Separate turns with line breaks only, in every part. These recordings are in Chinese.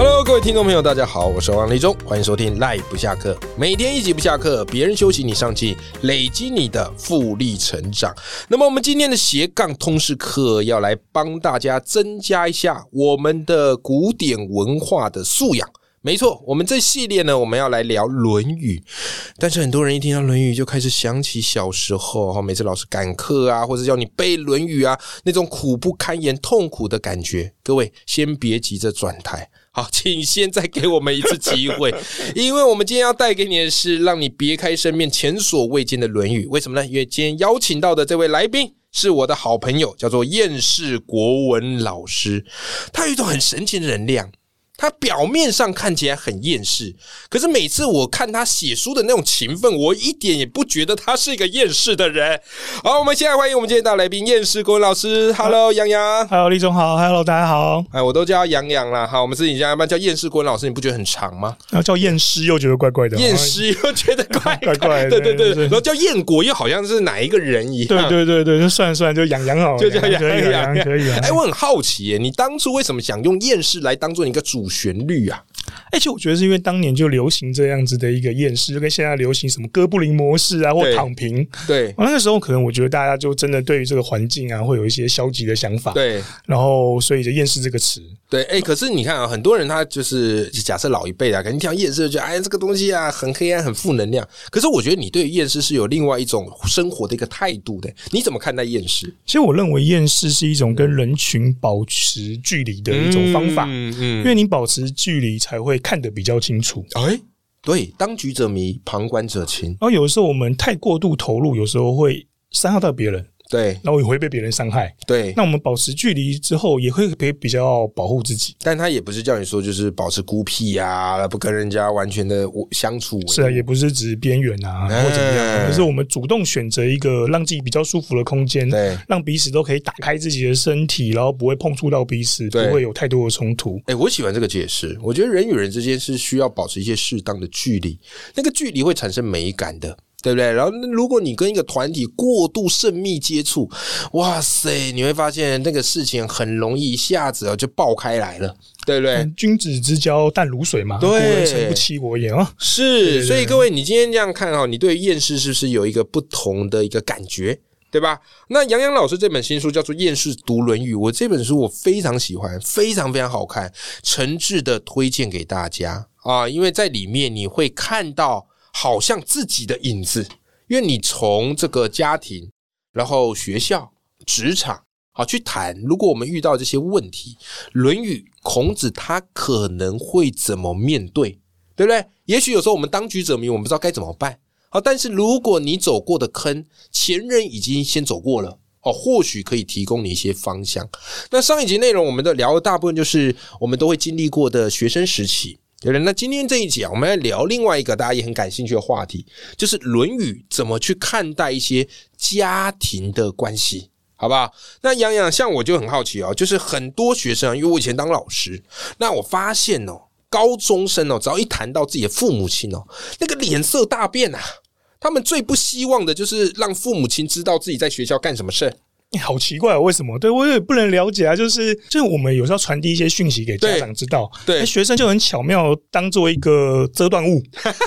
Hello，各位听众朋友，大家好，我是王立忠，欢迎收听《赖不下课》，每天一集不下课，别人休息你上进，累积你的复利成长。那么我们今天的斜杠通识课要来帮大家增加一下我们的古典文化的素养。没错，我们这系列呢，我们要来聊《论语》，但是很多人一听到《论语》就开始想起小时候哈，每次老师赶课啊，或者叫你背《论语》啊，那种苦不堪言、痛苦的感觉。各位先别急着转台，好，请先再给我们一次机会， 因为我们今天要带给你的是让你别开生面、前所未见的《论语》。为什么呢？因为今天邀请到的这位来宾。是我的好朋友，叫做厌世国文老师，他有一种很神奇的能量，他表面上看起来很厌世，可是每次我看他写书的那种勤奋，我一点也不觉得他是一个厌世的人。好，我们现在欢迎我们今天的大来宾厌世国文老师，Hello，杨洋。
Hello，李总好，Hello，大家好。
哎，我都叫他杨洋啦。好，我们自己家，要不然叫厌世国文老师，你不觉得很长吗？
然后叫验尸又觉得怪怪的，
厌世又觉得怪
啊怪怪的
对对对。
是
然后叫燕国又好像是哪一个人一样。
对对对对，就算算就养养好了，
就叫
可以
养
养
养
可以养。
哎，我很好奇耶，你当初为什么想用厌世来当做一个主旋律啊？
哎而且我觉得是因为当年就流行这样子的一个验尸，就跟现在流行什么哥布林模式啊，或
对
躺平。哦
对
我那个时候可能我觉得大家就真的对于这个环境啊，会有一些消极的想法。，
对
然后所以就厌世这个词。
对，哎、可是你看啊，很多人他就是假设老一辈啊，肯定听到厌世就觉得，哎，这个东西啊很黑暗、很负能量。可是我觉得你对厌世是有另外一种生活的一个态度的，你怎么看待厌世
其实我认为厌世是一种跟人群保持距离的一种方法，
嗯
因
嗯，
为你保持距离才会看得比较清楚。
哎、对，当局者迷，旁观者清。
然后有的时候我们太过度投入，有时候会伤害到别人，
对
然后也会被别人伤害。
对，
那我们保持距离之后，也会比比较保护自己。
但他也不是叫你说就是保持孤僻啊，不跟人家完全的相处。
是啊，也不是指边缘啊
哎
或怎么样，而是我们主动选择一个让自己比较舒服的空间，
对。
让彼此都可以打开自己的身体，然后不会碰触到彼此，不
对
会有太多的冲突。
哎、我喜欢这个解释。我觉得人与人之间是需要保持一些适当的距离，那个距离会产生美感的，对不对？然后，如果你跟一个团体过度慎密接触，哇塞，你会发现那个事情很容易一下子啊就爆开来了，对不对？
嗯君子之交淡如水嘛，
对
古人诚不欺我也啊。
是，
对
所以各位，你今天这样看哈、你对厌世是不是有一个不同的一个感觉？对吧？那杨洋老师这本新书叫做《厌世读论语》，我这本书我非常喜欢，非常非常好看，诚挚的推荐给大家啊！因为在里面你会看到好像自己的影子，因为你从这个家庭，然后学校、职场，好去谈。如果我们遇到这些问题，《论语》孔子他可能会怎么面对？对不对？也许有时候我们当局者迷，我们不知道该怎么办。好，但是如果你走过的坑，前人已经先走过了。哦，或许可以提供你一些方向。那上一集内容我们的聊的大部分就是我们都会经历过的学生时期，对不对？那今天这一集啊，我们来聊另外一个大家也很感兴趣的话题，就是《论语》怎么去看待一些家庭的关系。好不好？那杨洋，像我就很好奇哦，就是很多学生啊，因为我以前当老师，那我发现哦，高中生哦，只要一谈到自己的父母亲哦，那个脸色大变啊。他们最不希望的就是让父母亲知道自己在学校干什么事。
哎 好奇怪、哦，为什么？对我也不能了解啊。就是就是我们有时候传递一些讯息给家长知道，
对
那学生就很巧妙当做一个遮 断物，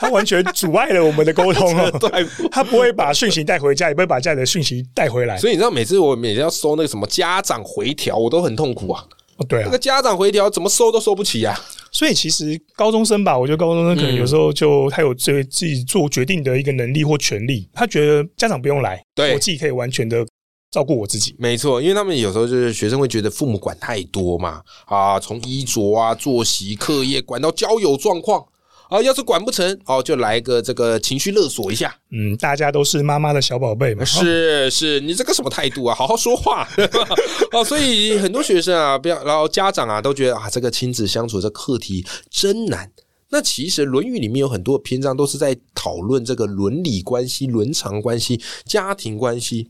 他完全阻碍了我们的沟通哦。
对，
他不会把讯息带回家，也不会把家里的讯息带回来。
所以你知道，每次我每天要收那个什么家长回条，我都很痛苦 啊。
哦对
那
啊
个，家长回条怎么收都收不起啊。
所以其实高中生吧，我觉得高中生可能
嗯
有时候就他有自自己做决定的一个能力或权利，他觉得家长不用来，
对
我自己可以完全的照顾我自己。
没错，因为他们有时候就是学生会觉得父母管太多嘛，啊，从衣着啊、作息、课业管到交友状况啊，要是管不成哦，就来个这个情绪勒索一下。
嗯，大家都是妈妈的小宝贝嘛，哦
是是，你这个什么态度啊？好好说话 哦。所以很多学生啊，不要，然后家长啊，都觉得啊，这个亲子相处这课题真难。那其实《论语》里面有很多篇章都是在讨论这个伦理关系、伦常关系、家庭关系。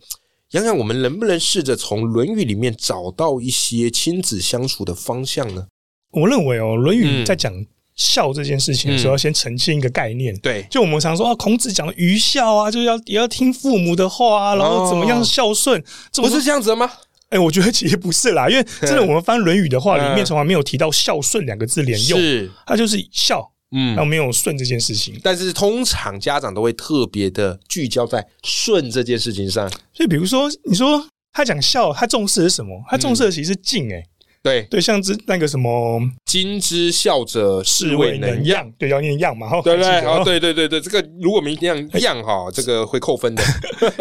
杨洋，我们能不能试着从《论语》里面找到一些亲子相处的方向呢？
我认为哦，《论语》
嗯
在讲孝这件事情的时候，要先澄清一个概念。
对
就我们常说啊，孔子讲的愚孝啊，就是要也要听父母的话啊，
哦
然后怎么样孝顺，这
不是这样子的吗？
哎、我觉得其实不是啦，因为真的我们翻《论语》的话，
嗯
里面从来没有提到孝顺两个字连用，
是，
它就是孝，然后
嗯。
没有顺这件事情。
但是通常家长都会特别的聚焦在顺这件事情上，
所以比如说，你说他讲孝，他重视的是什么？他重视的其实是敬、哎、
对，
对，像之那个什么
今之孝者，是谓能
样，对，要念样嘛，哈，
对不对？
还记得哎
哦，。对对对对，这个如果没样样哈，这个会扣分 的。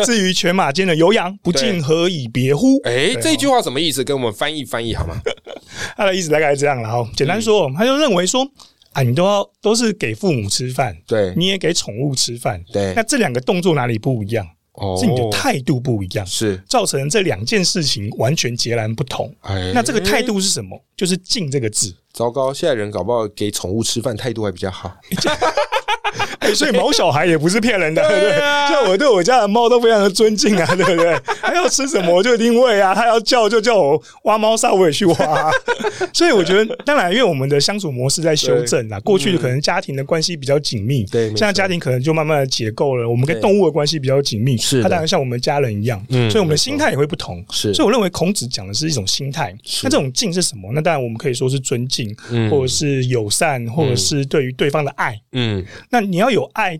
至于犬马间的有养，不
对
进何以别乎？
哎，
对哦
这句话什么意思？跟我们翻译翻译好吗？
他的意思大概是这样了哈。简单说，
嗯
他就认为说啊，你都要都是给父母吃饭，
对
你也给宠物吃饭，
对
那这两个动作哪里不一样？
哦
是你的态度不一样，
是，
造成这两件事情完全截然不同。
哎
那这个态度是什么？就是敬这个字。
糟糕，现在人搞不好给宠物吃饭态度还比较 好。
哎，所以毛小孩也不是骗人的，对不
对
对？
啊
像我对我家的猫都非常的尊敬啊，对不对？ 它要吃什么我就一定喂啊，它要叫就叫我挖猫砂我也去挖 啊、所以我觉得，当然，因为我们的相处模式在修正啦，过去的可能家庭的关系比较紧密，
对没错
现在家庭可能就慢慢的解构了，我们跟动物的关系比较紧密，
是的
它当然像我们家人一样，
嗯
所以我们的心态也会不同。
是
所以我认为孔子讲的是一种心态。那这种敬是什么？那当然我们可以说是尊敬，
嗯
或者是友善，或者是对于对方的爱。
嗯，
那你要有爱，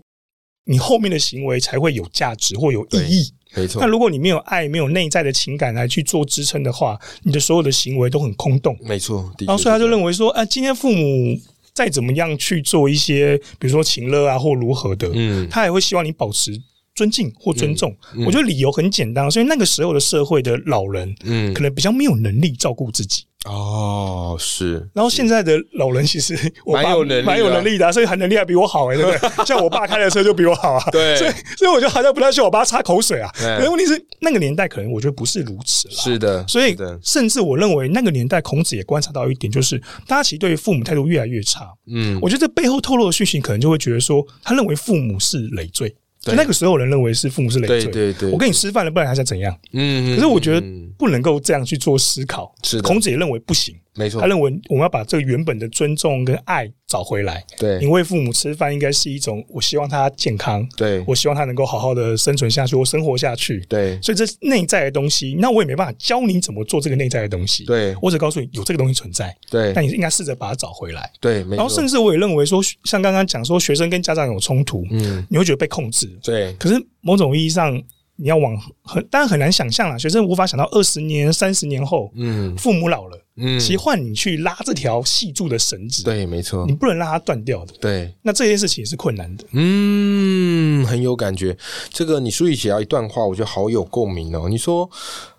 你后面的行为才会有价值或有意义。
没错
那，如果你没有爱，没有内在的情感来去做支撑的话，你的所有的行为都很空洞。
没错。的确
然后所以他
是
就
这样
认为说，啊，今天父母再怎么样去做一些，比如说情乐啊或如何的，
嗯
他也会希望你保持。尊敬或尊重，
嗯嗯
我觉得理由很简单，所以那个时候的社会的老人
嗯
可能比较没有能力照顾自己，
哦是
然后现在的老人其实我爸
蛮有能力的
蛮有能力的啊、所以还能力还比我好哎、对不 对？像我爸开的车就比我好啊。
对
所以所以我就好像不太需要我爸擦口水啊。
嗯
可是问题是那个年代可能我觉得不是如此了。
是的，
所
是
以
的，
甚至我认为那个年代，孔子也观察到一点，就是大家其实对于父母态度越来越差。
嗯
我觉得这背后透露的讯息，可能就会觉得说，他认为父母是累赘。就那个时候，人认为是父母是累赘。
对对对
我跟你吃饭了，不然还想怎样？
嗯，
可是我觉得
嗯
不能够这样去做思考。
是的
孔子也认为不行。
没错
他，认为我们要把这个原本的尊重跟爱找回来。
对
因为父母吃饭应该是一种，我希望他健康，
对
我希望他能够好好的生存下去或生活下去。
对
所以这是内在的东西，那我也没办法教你怎么做这个内在的东西。，
对
我只告诉你有这个东西存在，但
对
你应该试着把它找回来。
对，没
然后
错
甚，至我也认为说，像刚刚讲说学生跟家长有冲突，
嗯
你会觉得被控制，
对
可是某种意义上，你要往很当然很难想象啦，学生无法想到二十年、三十年后，
嗯
父母老了。
嗯
其实换你去拉这条系住的绳子，
对没错
你，不能让它断掉的。
对
那这件事情也是困难的。
嗯，很有感觉。这个你书里写到一段话，我觉得好有共鸣哦。你说，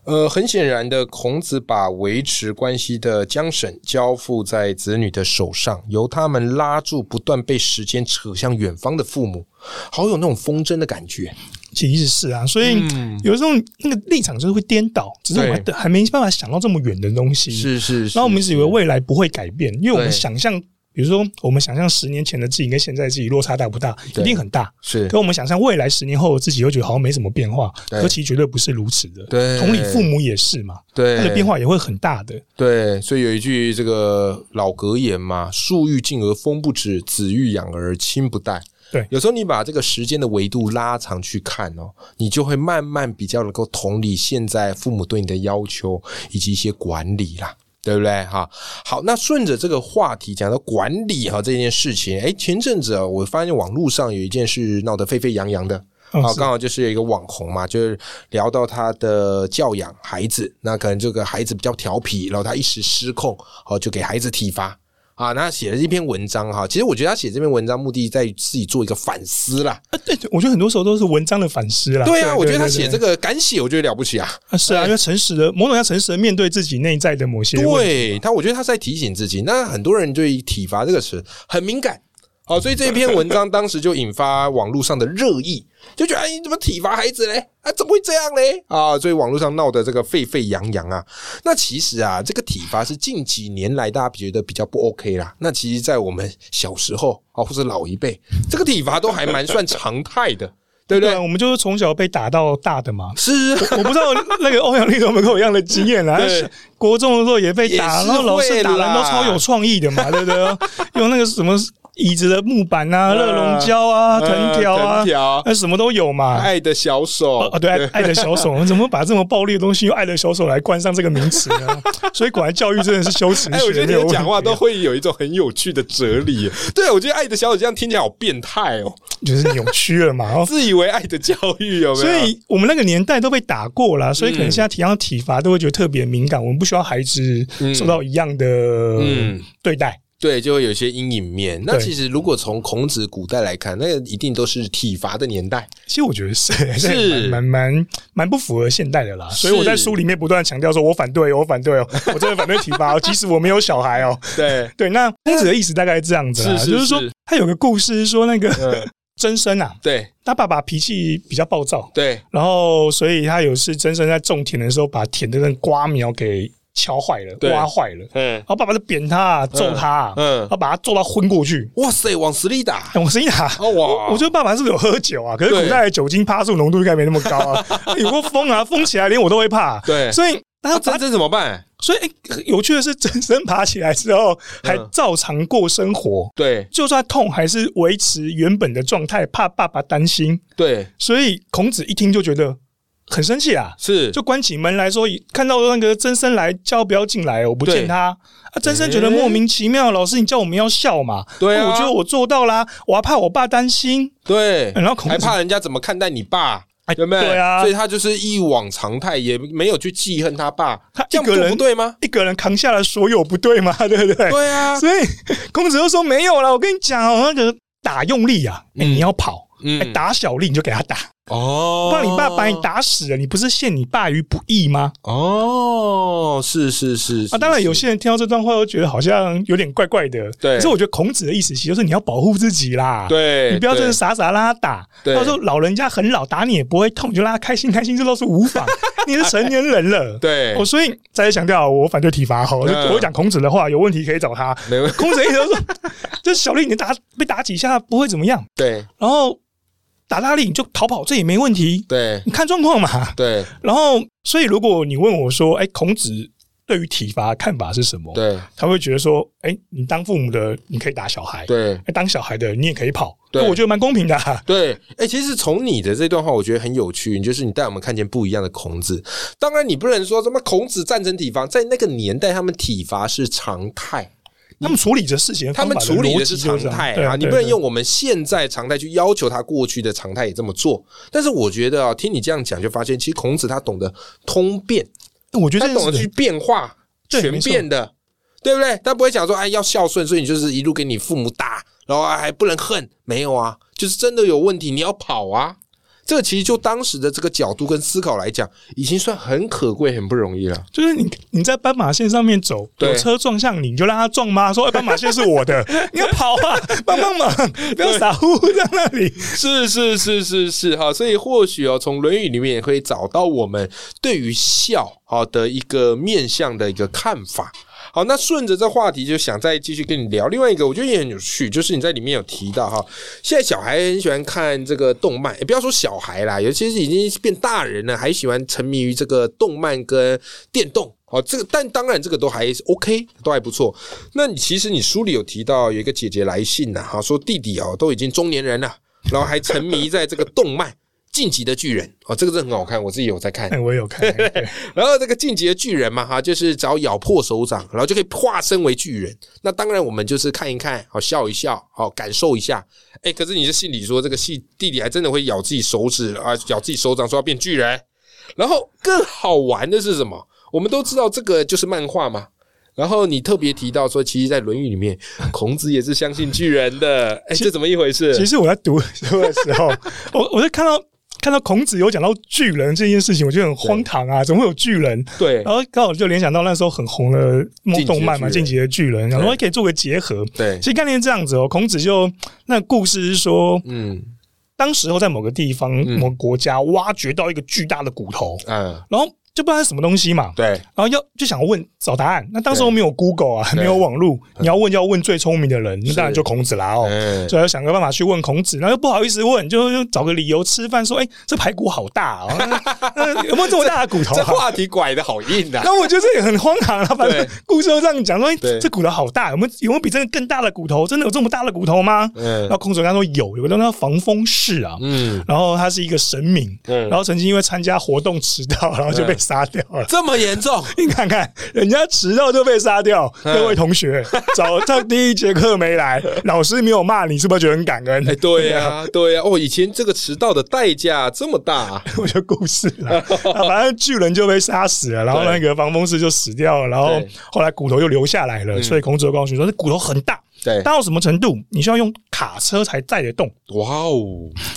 呃，很显然的，孔子把维持关系的缰绳交付在子女的手上，由他们拉住不断被时间扯向远方的父母，好有那种风筝的感觉。
其实是啊，所以有时候那个立场就是会颠倒，只是我们
嗯对
还还没办法想到这么远的东西。，
是
然后我们一直以为未来不会改变，因为我们
对
想象，比如说我们想象十年前的自己跟现在的自己落差大不大？
对
一定很大。
是
可我们想象未来十年后的自己，会觉得好像没什么变化，
对
可其实绝对不是如此的。
对
同理父母也是嘛，
对
他的变化也会很大的。
对，所以有一句这个老格言嘛，“树欲静而风不止，子欲养而亲不待”。
对
有时候你把这个时间的维度拉长去看哦，你就会慢慢比较能够同理现在父母对你的要求以及一些管理啦。对不对？哈，好，那顺着这个话题讲到管理哈这件事情，诶，前阵子啊，我发现网络上有一件事闹得沸沸扬扬的，
嗯
好，
是
啊刚好就是有一个网红嘛，就是聊到他的教养孩子，那可能这个孩子比较调皮，然后他一时失控，好就给孩子体罚啊。那他写了一篇文章哈，其实我觉得他写这篇文章目的在于自己做一个反思啦。
啊，对，对我觉得很多时候都是文章的反思啦。
对啊，我觉得他写
个。对
这个敢写，我觉得了不起啊。
啊，是啊，因为诚实的，某种要诚实的面对自己内在的某些问题。
对他，我觉得他是在提醒自己。那很多人对“体罚”这个词很敏感，好、所以这一篇文章当时就引发网络上的热议，就觉得哎，你怎么体罚孩子嘞？啊，怎么会这样嘞？啊，所以网络上闹得这个沸沸扬扬啊。那其实啊，这个体罚是近几年来大家觉得比较不 OK 啦。那其实，在我们小时候啊，或是老一辈，这个体罚都还蛮算常态的。对不对？
我们就是从小被打到大 的嘛。
是，
我不知道那个欧阳丽有没有跟我一样的经验啦。
对
国中的时候也被打，然后老师打人都超有创意的嘛，对不对？用那个什么椅子的木板啊、热熔胶啊、藤条
嗯
啊
藤，条
那什么都有嘛。
爱的小手
哦，对，爱爱的小 手，我们怎么把这么暴力的东西用爱的小手来冠上这个名词呢？所以果然教育真的是羞耻
哎，我觉
学，
得
没
你
有
们
问
讲话
题啊
都会有一种很有趣的哲理。对，我觉得爱的小手这样听起来好变态 哦，
就是扭曲了嘛。哦，
自以为爱的教育有没有？
所以我们那个年代都被打过了，
嗯
所以可能现在提到体罚都会觉得特别敏感，我们不需要孩子受到一样的
嗯
对待。
对，就会有一些阴影面。那
对
其实如果从孔子古代来看，那个一定都是体罚的年代。
其实我觉得是
是
蛮蛮蛮蛮不符合现代的啦，所以我在
是
书里面不断强调说，我反对，我反对哦，我真的反对体罚哦，即使我没有小孩哦。
对，
对，那公子的意思大概是这样子啦，啊
是是
就是说
是
他有个故事说那个、
嗯，
真生啊，
对
他爸爸脾气比较暴躁，
对，
然后所以他有次真生在种田的时候，把田的那个瓜苗给敲坏了，
对
刮坏了，
嗯
然后爸爸就扁他、揍他，
嗯
然后把他揍到昏过去。
哇塞，往死里打！
哎我声音啊！
哦哇，
我觉得爸爸是不是有喝酒啊？可是古
对
代的酒精趴数浓度应该没那么高 啊。有过疯啊，疯起来连我都会怕。
对
所以他
那
真
真真怎么办？
所以、哎有趣的是，真生爬起来之后还
嗯
照常过生活，
对
就算痛还是维持原本的状态，怕爸爸担心。
对，
所以孔子一听就觉得很生气啊，
是
就关起门来说，看到那个真生来，叫不要进来，我不
对
见他。啊，真生觉得莫名其妙，老师你叫我们要笑嘛？
对啊
我觉得我做到啦，我还怕我爸担心。
对，
然后孔
还
子
怕人家怎么看待你爸。
哎
对不对？
对啊
所以他就是一往常态，也没有去记恨他爸
他，一
这样
个
做
人
不对吗？
一个人扛下了所有，不对吗？ 对不对？
对啊，
所以孔子就说没有啦，我跟你讲哦，那个打用力啊，哎
嗯
你要跑，哎
嗯，
打小力你就给他打，
哦
不然你爸把你打死了，你不是陷你爸于不义吗？
哦，是是是
啊，当然，有些人听到这段话，会觉得好像有点怪怪的。
对
可是我觉得孔子的意思其实就是你要保护自己啦，，
对，
你不要
对
真的傻傻让他打。
对
到时候老人家很老，打你也不会痛，你就让他开心开心，这都是无 妨。你是成年人了，。
对，
哦，所以再次强调，我反对体罚。好，我就
嗯
我会讲孔子的话，有问题可以找他。
没问
孔子一直都说，这小丽你打被打几下不会怎么样，
对
然后打大力你就逃跑，这也没问题。
对
你看状况嘛。
对
然后，所以如果你问我说，哎、孔子对于体罚的看法是什么？
对
他会觉得说，哎、你当父母的你可以打小孩，
对
哎当小孩的你也可以跑，
对
那我觉得蛮公平的、啊。
对，哎、其实从你的这段话，我觉得很有趣，就是你带我们看见不一样的孔子。当然，你不能说什么孔子赞成体罚，在那个年代，他们体罚是常态。
他们处理这事情的
他
方法
们
的
处理
逻
的
辑
是
就
常
这样
态
对
啊，你不能
对
用我们现在常态去要求他过去的常态也这么做。但是我觉得啊，听你这样讲，就发现其实孔子他懂得通变，
对哎我觉得
他
这件
懂得
事
去变化、
对
全
没错
变的，对不对？他不会讲说，哎，要孝顺，所以你就是一路给你父母打，然后啊还不能恨，没有啊，就是真的有问题，你要跑啊。这个其实就当时的这个角度跟思考来讲，已经算很可贵、很不容易了。
就是你你在斑马线上面走，
对
有车撞向你，你就让他撞吗？说、哎，斑马线是我的，你要跑啊，帮帮忙，不要傻乎乎在那里。
是是是是是哈，所以或许哦，从《论语》里面也可以找到我们对于孝好的一个面向的一个看法。好，那顺着这话题，就想再继续跟你聊另外一个，我觉得也很有趣，就是你在里面有提到哈，现在小孩很喜欢看这个动漫，也不要说小孩啦，尤其是已经变大人了，还喜欢沉迷于这个动漫跟电动。哦，这个但当然这个都还 OK，都还不错。那你其实你书里有提到有一个姐姐来信呐、哈，说弟弟哦都已经中年人了，然后还沉迷在这个动漫《晋级的巨人》哦，这个真的很好看，我自己有在看。
哎，我有看，对
然后这个晋级的巨人嘛，哈，就是只要咬破手掌，然后就可以化身为巨人。那当然，我们就是看一看，好笑一笑，好感受一下。哎，可是你的信里说，这个戏弟弟还真的会咬自己手指啊，咬自己手掌，说要变巨人。然后更好玩的是什么？我们都知道这个就是漫画嘛。然后你特别提到说，其实，在《论语》里面，孔子也是相信巨人的。哎，这怎么一回事？
其实我在读书的时候，我我在看到看到孔子有讲到巨人这件事情，我觉得很荒唐啊，怎么会有巨人？
对
然后刚好就联想到那时候很红的梦动漫嘛，《
进击
进击的巨人》，然后可以做个结合。
对
其，实概念是这样子哦，孔子就那故事是说，
嗯
当时候在某个地方、
嗯
某个国家挖掘到一个巨大的骨头，
啊，
然后就不知道是什么东西嘛，
对，
然后要就想问找答案。那当时
对
候没有 Google 啊，
对
没有网络，你要问就要问最聪明的人，那当然就孔子啦哦。
嗯，
所以要想个办法去问孔子，然后又不好意思问，就就找个理由吃饭说：“哎、这排骨好大 哦，呃有没有这么大的骨头、
这
啊
话题拐的好硬的、啊，
那我觉得这也很荒唐啊！反
对
正故事都这样讲说：“哎、
对
这骨头好大，有没有有没有比这个更大的骨头？真的有这么大的骨头吗？”然后
嗯
孔子跟他说：“有，有个东西叫防风氏啊。”
嗯，
然后他是一个神明，
嗯
然后曾经因为参加活动迟到，然后就被杀掉了。
这么严重，
你看看，人家迟到就被杀掉，
嗯
各位同学，早上第一节课没来，老师没有骂你，是不是觉得很感恩？
哎、对呀、 对呀、哦，以前这个迟到的代价这么大、啊，
我觉得故事了，啊反正巨人就被杀死了，然后
对
那个防风氏就死掉了，然后
对嗯
后来骨头又留下来了，所以孔子就告诉你说，这骨头很大，
对，
大到什么程度？你需要用卡车才载得动，
哇哦，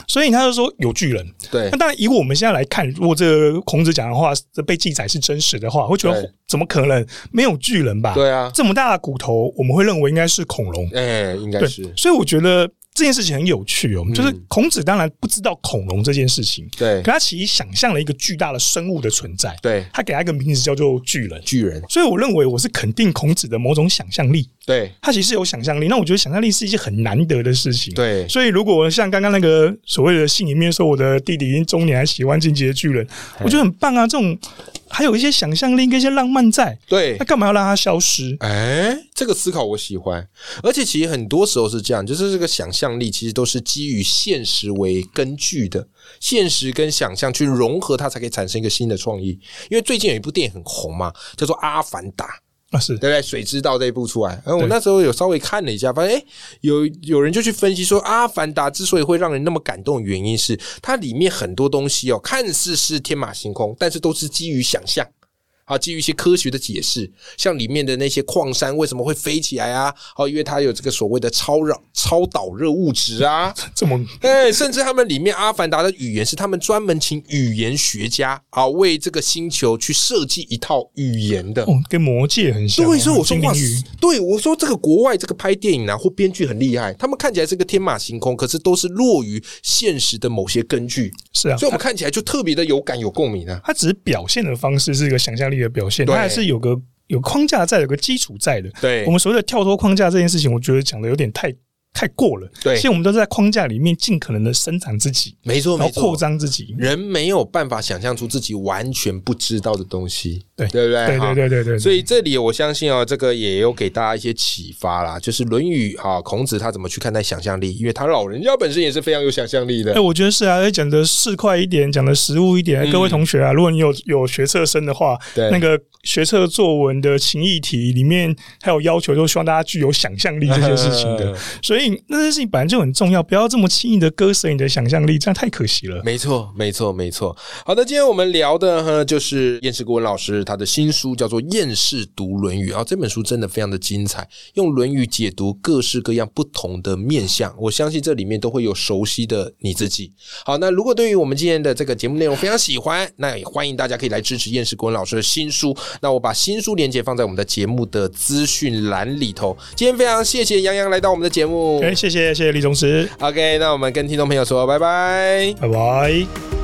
所以他就说有巨人。
对
那，当然，以我们现在来看，如果这个孔子讲的话这被记载是真实的话，会觉
对
得哦怎么可能没有巨人吧？
对啊，
这么大的骨头，我们会认为应该是恐龙。
哎、应该
对，
是，嗯
所以我觉得这件事情很有趣哦，就是孔子当然不知道恐龙这件事情，
对
可，他其实想象了一个巨大的生物的存在，
对，
他给他一个名字叫做巨人。
巨人，
所以我认为我是肯定孔子的某种想象力，
对，
他其实有想象力。那我觉得想象力是一件很难得的事情。，
对，
所以如果像刚刚那个所谓的信里面说，我的弟弟已经中年还喜欢进击的巨人，我觉得很棒啊！这种还有一些想象力跟一些浪漫在，
对
那，干嘛要让它消失？
哎，这个思考我喜欢，而且其实很多时候是这样，就是这个想象力其实都是基于现实为根据的，现实跟想象去融合，它才可以产生一个新的创意。因为最近有一部电影很红嘛，叫做《阿凡达》，
啊，是
对不对？水之道这一部出来，然后我
对
那时候有稍微看了一下，发现哎，诶有有人就去分析说，《阿凡达》之所以会让人那么感动，原因是它里面很多东西哦，看似是天马行空，但是都是基于想象。啊，基于一些科学的解释，像里面的那些矿山为什么会飞起来啊？哦，因为它有这个所谓的超扰超导热物质啊，
这么哦
哎，甚至他们里面《阿凡达》的语言是他们专门请语言学家啊，为这个星球去设计一套语言的。
哦，跟魔界很像哦。
对，所以我说
精灵
哇
语，
对我说这个国外这个拍电影啊或编剧很厉害，他们看起来是个天马行空，可是都是落于现实的某些根据，
是啊
所以，我们看起来就特别的有感有共鸣啊。
它只是表现的方式是一个想象力的表现，
对
它还是有个有框架在，有个基础在的。
对
我们所谓的跳脱框架这件事情，我觉得讲的有点太太过了。
对
其实我们都是在框架里面尽可能的生长自己，
没错
然后
没
扩
错，
张自己。
人没有办法想象出自己完全不知道的东西，
对
对不对？
对
哈
对对对对，
所以这里我相信哦，这个也有给大家一些启发啦，就是《论语》啊，孔子他怎么去看待想象力，因为他老人家本身也是非常有想象力
哎、
的。
我觉得是啊，哎讲的市侩一点，讲的实务一点、哎各位同学啊，如果你有有学测生的话，
嗯对
那个学测作文的情意题里面还有要求，都希望大家具有想象力这件事情 的。所以那件事情本来就很重要，不要这么轻易的割舍你的想象力，这样太可惜了。
没错，没错，没错。好的，今天我们聊的呢，就是燕世国文老师他的新书叫做《燕世读论语》啊、这本书真的非常的精彩，用《论语》解读各式各样不同的面相。我相信这里面都会有熟悉的你自己。好，那如果对于我们今天的这个节目内容非常喜欢，那也欢迎大家可以来支持燕世国文老师的新书。那我把新书链接放在我们的节目的资讯栏里头。今天非常谢谢杨洋来到我们的节目
哎哎、。谢谢谢谢李宗师，
OK，那我们跟听众朋友说拜拜。
拜拜。